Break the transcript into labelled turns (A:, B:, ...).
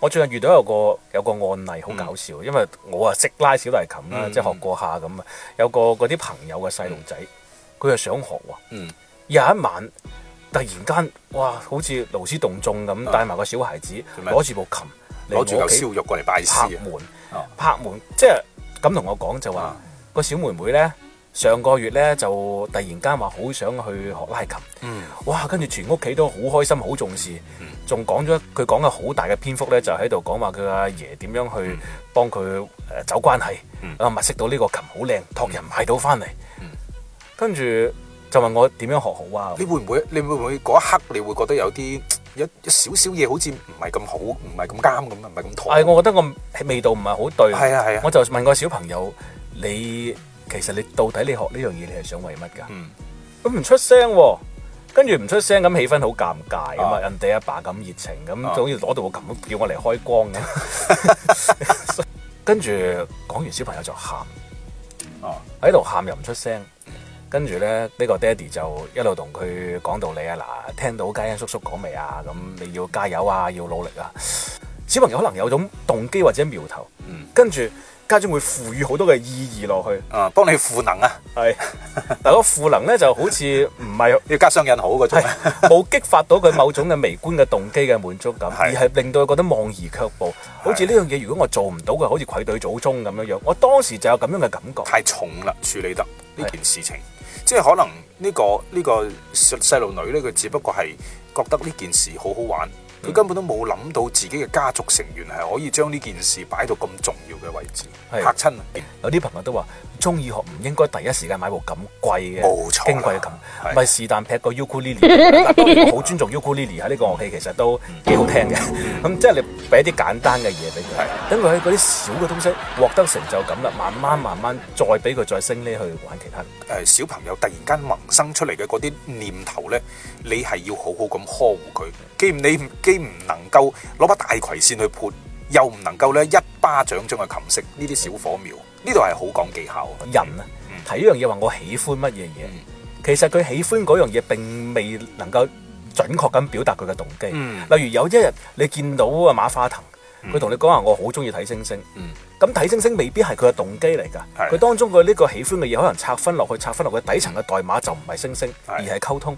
A: 我最近遇到有個有個案例好搞笑，因為我啊識拉小提琴啦，
B: 嗯
A: 即係學過下咁啊。有個嗰啲朋友嘅細路仔，佢又想學喎。
B: 嗯
A: 有一晚突然間，哇，好似勞師動眾咁，帶埋個小孩子
B: 做咩
A: 攞住部琴嚟
B: 攞住
A: 我
B: 嚿
A: 屋企
B: 燒肉過嚟拜
A: 拍
B: 師啊！
A: 門
B: 哦，
A: 拍門，即係咁同我講就話
B: 啊
A: 個小妹妹呢，上個月呢，就突然間話好想去學拉琴，
B: 嗯
A: 哇！跟住全屋企都好開心，好重視，仲講咗佢講嘅好大嘅篇幅呢，就喺度講話佢阿爺點樣去幫佢誒走關係，
B: 嗯
A: 啊物色到呢個琴好靚，託人買到翻嚟
B: 嗯，
A: 跟住就問我點樣學好啊？
B: 你會唔會？你會唔會嗰一刻你會覺得有啲有有少少嘢好似唔係咁好，唔係咁啱咁啊，唔係咁妥？
A: 係，我覺得個味道唔係好對。
B: 係啊係啊，
A: 我就問個小朋友：你其實你到底你學呢樣嘢，你係想為乜㗎？
B: 嗯
A: 佢唔出聲喎，跟住唔出聲咁氣氛好尷尬啊嘛！
B: 啊
A: 人哋阿爸咁熱情咁，
B: 啊
A: 好似攞到個琴叫我嚟開光咁。 跟住講完小朋友就喊，
B: 哦
A: 喺度喊又唔出聲。跟住咧，呢、呢個爹哋就一路同佢講道理啊！嗱，聽到嘉欣叔叔講未啊？咁你要加油啊，要努力啊！小朋友可能有種動機或者苗頭，
B: 嗯
A: 跟住家長會賦予好多嘅意義落去，
B: 啊，幫你賦能啊，
A: 係， 但嗰個賦能咧就好似唔係
B: 要加雙引號嗰種啊
A: 係。冇激發到佢某種嘅微觀嘅動機嘅滿足感，而
B: 係
A: 係令到佢覺得望而卻步，好似呢樣嘢如果我做唔到嘅，好似愧對祖宗咁樣樣。我當時就有咁樣嘅感覺，
B: 太重啦，處理得呢件事情，即係可能呢、個呢、個細細路女呢，佢只不過係覺得呢件事好好玩，佢
A: 嗯
B: 根本都冇諗到自己嘅家族成員係可以將呢件事擺到咁重要嘅位置，
A: 係
B: 嚇親啊！
A: 有啲朋友都話中意學唔應該第一時間買部咁貴嘅。
B: 冇錯啦，
A: 矜貴嘅琴，
B: 係
A: 咪是但劈個 ukulele。嗱當然我好尊重 ukulele 喺呢個樂器，其實都幾好聽嘅。
B: 嗯
A: 咁即係你俾啲簡單嘅嘢俾佢，等佢喺嗰啲小嘅東西獲得成就感啦，慢慢慢慢再俾佢再升呢去玩其他。
B: 誒、呃小朋友突然間萌生出嚟嘅嗰啲念頭呢，你係要好好咁呵護佢，既唔你唔既唔能夠攞把大葵扇去潑，又唔能夠呢一巴掌將佢擒熄，呢啲小火苗，呢度係好講技巧嘅。
A: 人啊，
B: 嗯
A: 睇呢樣嘢話我喜歡乜嘢嘢，其實佢喜歡嗰樣嘢並未能夠準確咁表達佢嘅動機。
B: 嗯
A: 例如有一日你見到啊馬化騰，佢同你講話我好中意睇星星
B: 嗯。
A: 咁睇星星未必係佢嘅動機嚟
B: 係
A: 㗎，佢當中佢呢個喜歡嘅嘢可能拆分落去，拆分落去底層嘅代碼就唔係星星，
B: 係
A: 而係溝通。